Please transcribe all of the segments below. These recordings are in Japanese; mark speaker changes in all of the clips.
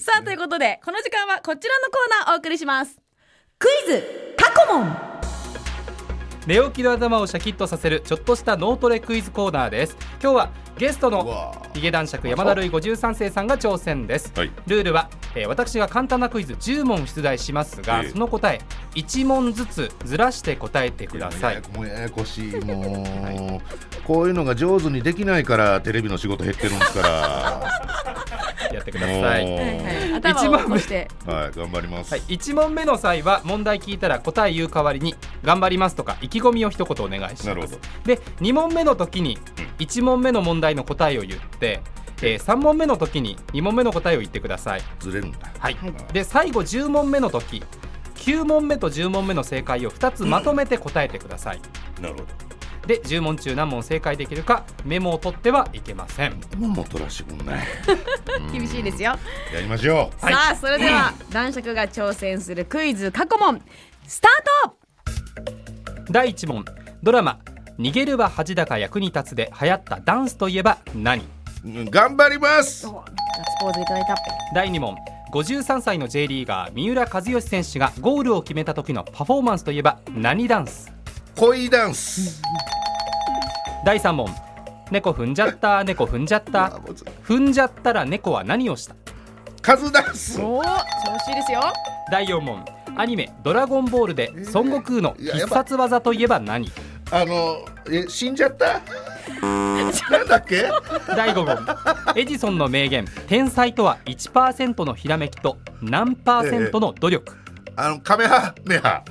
Speaker 1: さあということでこの時間はこちらのコーナーお送りします
Speaker 2: クイズ過去問
Speaker 3: 寝起きの頭をシャキッとさせるちょっとした脳トレクイズコーナーです今日はゲスト
Speaker 4: う
Speaker 3: の
Speaker 4: わ
Speaker 3: ヒゲ男爵山田るい53世さんが挑戦です、
Speaker 4: はい
Speaker 3: ルールは、えー私が簡単なクイズ10問出題しますが、
Speaker 4: ええ
Speaker 3: その答え1問ずつずらして答えてください
Speaker 4: もうややこしいもう、こういうのが上手にできないからテレビの仕事減ってるんですか
Speaker 3: やってく
Speaker 4: ら
Speaker 3: だ
Speaker 4: もう
Speaker 3: さい
Speaker 1: はい
Speaker 3: 一
Speaker 1: 頭を
Speaker 3: 番
Speaker 1: 起
Speaker 3: 目
Speaker 1: こして
Speaker 4: はい頑張ります、
Speaker 3: はい、1問目の際は問題聞いたら答え言う代わりに「頑張ります」とか意気込みを一言お願いし
Speaker 4: なる
Speaker 3: ま
Speaker 4: ほ
Speaker 3: す
Speaker 4: ど
Speaker 3: で2問目の時に1問目の問題の答えを言って、え3問目の時に2問目の答えを言ってください、
Speaker 4: ずれるんだ
Speaker 3: はい
Speaker 1: はい
Speaker 3: で最後10問目の時9問目と10問目の正解を2つまとめて答えてください、
Speaker 4: なるほど
Speaker 3: で10問中何問正解できるかメモを取ってはいけません
Speaker 4: 今もとらしくない
Speaker 1: 厳しいですよ
Speaker 4: やりましょう
Speaker 3: はい
Speaker 1: さあそれでは男爵が挑戦するクイズ過去問スタート
Speaker 3: 第1問ドラマ「逃げるは恥だか役に立つ」で流行ったダンスといえば何
Speaker 4: うん頑張ります
Speaker 1: ガッツポーズいただいた
Speaker 3: 第2問53歳の J リーガー三浦知良選手がゴールを決めた時のパフォーマンスといえば何ダンス
Speaker 4: 恋ダンス
Speaker 3: 第3問猫踏んじゃった猫踏んじゃった
Speaker 4: あもうず
Speaker 3: 踏んじゃったら猫は何をした
Speaker 4: カズダンス
Speaker 1: おお調子いいですよ
Speaker 3: 第4問アニメ「ドラゴンボール」で孫悟空の必殺技といえば何
Speaker 4: あのえ死んじ ゃったなんだっけ
Speaker 3: 第5問エジソンの名言「天才とは1%のひらめきと何パーセントの努力」
Speaker 4: あのカメハメハ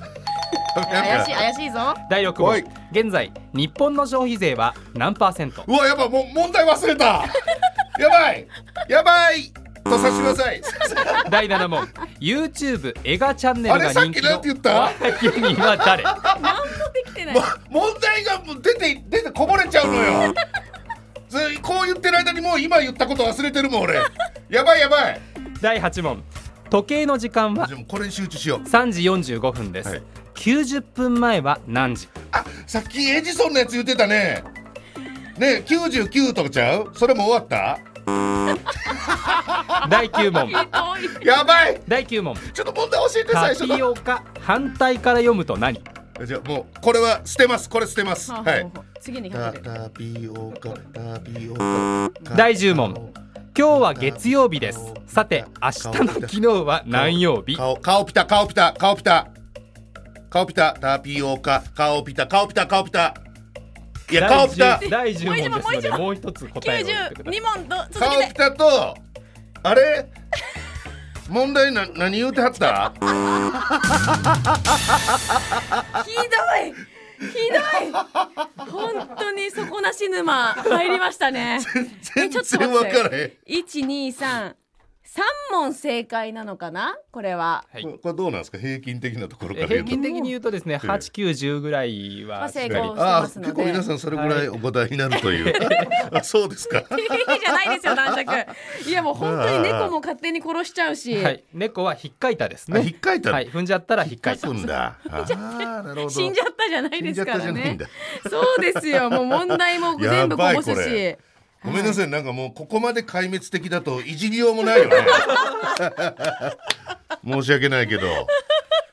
Speaker 1: 怪しい怪しいぞ
Speaker 3: 第6
Speaker 4: おい
Speaker 3: 問現在日本の消費税は何パーセント
Speaker 4: うわやばいもう問題忘れたやばいやばいとさしてください
Speaker 3: 第7問 YouTube 映画チャンネル
Speaker 4: あ
Speaker 3: が
Speaker 4: れさっ
Speaker 3: 人
Speaker 4: き
Speaker 3: 気
Speaker 4: なん
Speaker 3: の
Speaker 4: て言った
Speaker 3: 芸人は誰
Speaker 1: 何もできてない
Speaker 4: も問題がもう出て出てこぼれちゃうのよずこう言ってる間にもう今言ったこと忘れてるもん俺やばいやばい
Speaker 3: 第8問時計の時間は
Speaker 4: じゃあもうこれに集中しよう
Speaker 3: 3時45分です、
Speaker 4: はい
Speaker 3: 90分前は何時
Speaker 4: あさっきエジソンのやつ言ってたねねえ99とかちゃうそれもう終わった
Speaker 3: 第9問
Speaker 1: 遠い
Speaker 4: やばい
Speaker 3: 第9問
Speaker 4: ちょっと問題教えて最
Speaker 3: タ
Speaker 4: 初
Speaker 3: ピ
Speaker 4: の
Speaker 3: オカ反対から読むと何
Speaker 4: じゃあもうこれは捨てますこれ捨てます
Speaker 1: はあ
Speaker 4: は
Speaker 1: はあはいあ次に
Speaker 4: タ
Speaker 1: かける
Speaker 4: タピオカタピオカ
Speaker 3: 第10問今日は月曜日ですさて明日の昨日は何曜日
Speaker 4: 顔顔ピタ顔ピタ顔ピタ顔ピタタピオカ顔ピタ顔ピタ顔ピタいや顔
Speaker 3: 第
Speaker 4: ピタ
Speaker 3: 10第10問ですので
Speaker 1: も
Speaker 3: もう一つ答えを言ってください
Speaker 1: 92問と続
Speaker 4: 顔
Speaker 1: け
Speaker 4: ピ
Speaker 1: て
Speaker 4: タとあれ問題な何言うてはった
Speaker 1: ひどいひどい本当に底なし沼入りましたね
Speaker 4: 全然分からへん
Speaker 1: 一二三三問正解なのかなこれ は
Speaker 3: はい
Speaker 4: これこれどうなんですか平均的なところ
Speaker 3: え
Speaker 4: から
Speaker 3: 平
Speaker 4: 言うと
Speaker 3: 均的に言うとですね
Speaker 4: え
Speaker 3: 890ぐらいは
Speaker 1: まあ成
Speaker 3: しっかり
Speaker 1: 功して
Speaker 4: ああ
Speaker 1: ますので
Speaker 4: 結構皆さんそれぐらいお答えになるという、 あそうですか
Speaker 1: いいじゃないですよ男爵いやもう本当に猫も勝手に殺しちゃうし、
Speaker 3: はい、猫はひっかいたです
Speaker 4: あ
Speaker 3: ね。
Speaker 4: 引っかいたら、
Speaker 3: はい、踏んじゃったらひっか
Speaker 4: 書
Speaker 3: いた
Speaker 4: く。んだああなるほど
Speaker 1: 死んじゃったじゃないですから
Speaker 4: 死んじゃったじゃない
Speaker 1: ね
Speaker 4: んだ
Speaker 1: そうですよもう問題も全部こぼす
Speaker 4: やばい
Speaker 1: し
Speaker 4: これごめんなさい、なんかもうここまで壊滅的だといじりようも ないよね。申し訳ないけど、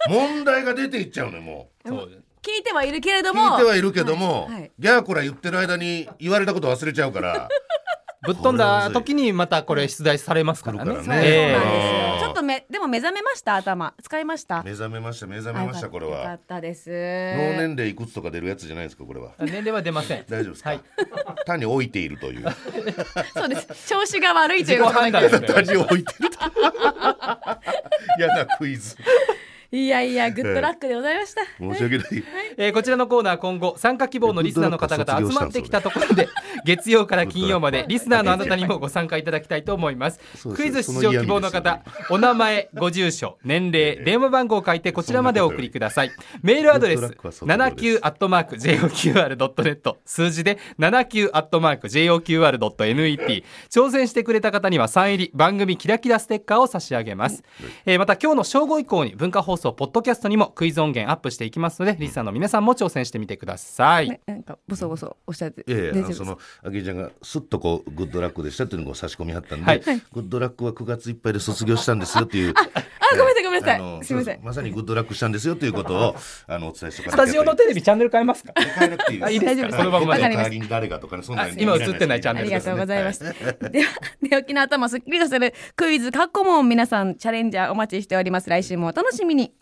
Speaker 4: 問題が出ていっちゃうねも
Speaker 3: そう
Speaker 1: 聞いてはいるけれど
Speaker 4: う。
Speaker 1: も
Speaker 4: 聞いてはいるけども、
Speaker 1: はいはい
Speaker 4: ギャーコラ言ってる間に言われたこと忘れちゃ うから。
Speaker 3: ぶっ飛んだ時にまたこれ出題されますからね。
Speaker 4: 来るか
Speaker 1: そう
Speaker 4: らね
Speaker 1: そうなんです
Speaker 3: え
Speaker 4: あー
Speaker 1: よちょっとめでも目覚めました頭使いました
Speaker 4: 目覚めました目覚めましたこれ
Speaker 1: あよか
Speaker 4: は
Speaker 1: っ。たです
Speaker 4: 脳年齢いくつとか出るやつじゃないですかこれは。
Speaker 3: え年齢は出ません。
Speaker 4: 大丈夫ですか。
Speaker 3: はい
Speaker 4: 単に置いているという。
Speaker 1: そうです調子が悪いとい
Speaker 3: 自己
Speaker 1: うこと
Speaker 3: 判 断です
Speaker 4: 単
Speaker 3: ね。
Speaker 4: に置いてい ると。嫌なクイズ。
Speaker 1: いやいやグッドラックでございました、
Speaker 4: 申し訳ない。
Speaker 3: えーこちらのコーナー今後参加希望のリスナーの方々集まってきたとこ ろで月曜から金曜までリスナーのあなたにもご参加いただきたいと思います
Speaker 4: そうです
Speaker 3: クイズ出場希望の方お名前ご住所年齢電話番号を書いてこちらまでお送りくださいメールアドレス
Speaker 4: グッドラックは卒業です
Speaker 3: 79アットマーク JOQR.net 数字で79アットマーク JOQR.net 挑戦してくれた方にはサイン入り番組キラキラステッカーを差し上げます、えーまた今日の正午以降に文化放送送ポッドキャストにもクイズ音源アップしていきますのでリスナーの皆さんも挑戦してみてください、
Speaker 1: ななんかボソボソおっしゃって
Speaker 4: いやいや
Speaker 1: 大丈夫
Speaker 4: あの
Speaker 1: です
Speaker 4: そのあきえちゃんがすっとこうグッドラックでしたっていうのを差し込みはったんで、
Speaker 3: はい
Speaker 4: グッドラックは9月いっぱいで卒業したんですよっていう
Speaker 1: あごめんなさいごめんなさ
Speaker 4: あの
Speaker 1: いすみません
Speaker 4: まさにグッドラックしたんですよということをあのお伝えしてお
Speaker 3: ス
Speaker 4: かな
Speaker 3: タ
Speaker 4: きゃ
Speaker 3: ジオのテレビチャンネル変えますか
Speaker 4: 変えなくていいです
Speaker 3: あいいです
Speaker 1: 大丈夫です
Speaker 3: このまんま
Speaker 1: わか
Speaker 3: で
Speaker 1: り
Speaker 4: 代
Speaker 1: ました
Speaker 4: わりに誰がとかねそんなの
Speaker 1: あ
Speaker 4: ね
Speaker 1: 今
Speaker 3: 映ってないチャンネ
Speaker 1: あ
Speaker 3: ル
Speaker 1: り
Speaker 3: で
Speaker 1: が
Speaker 3: す
Speaker 1: とうございました。
Speaker 4: は
Speaker 1: では、寝起きの頭すっきりとするクイズ過去問皆さんチャレンジャーお待ちしております。来週もお楽しみに。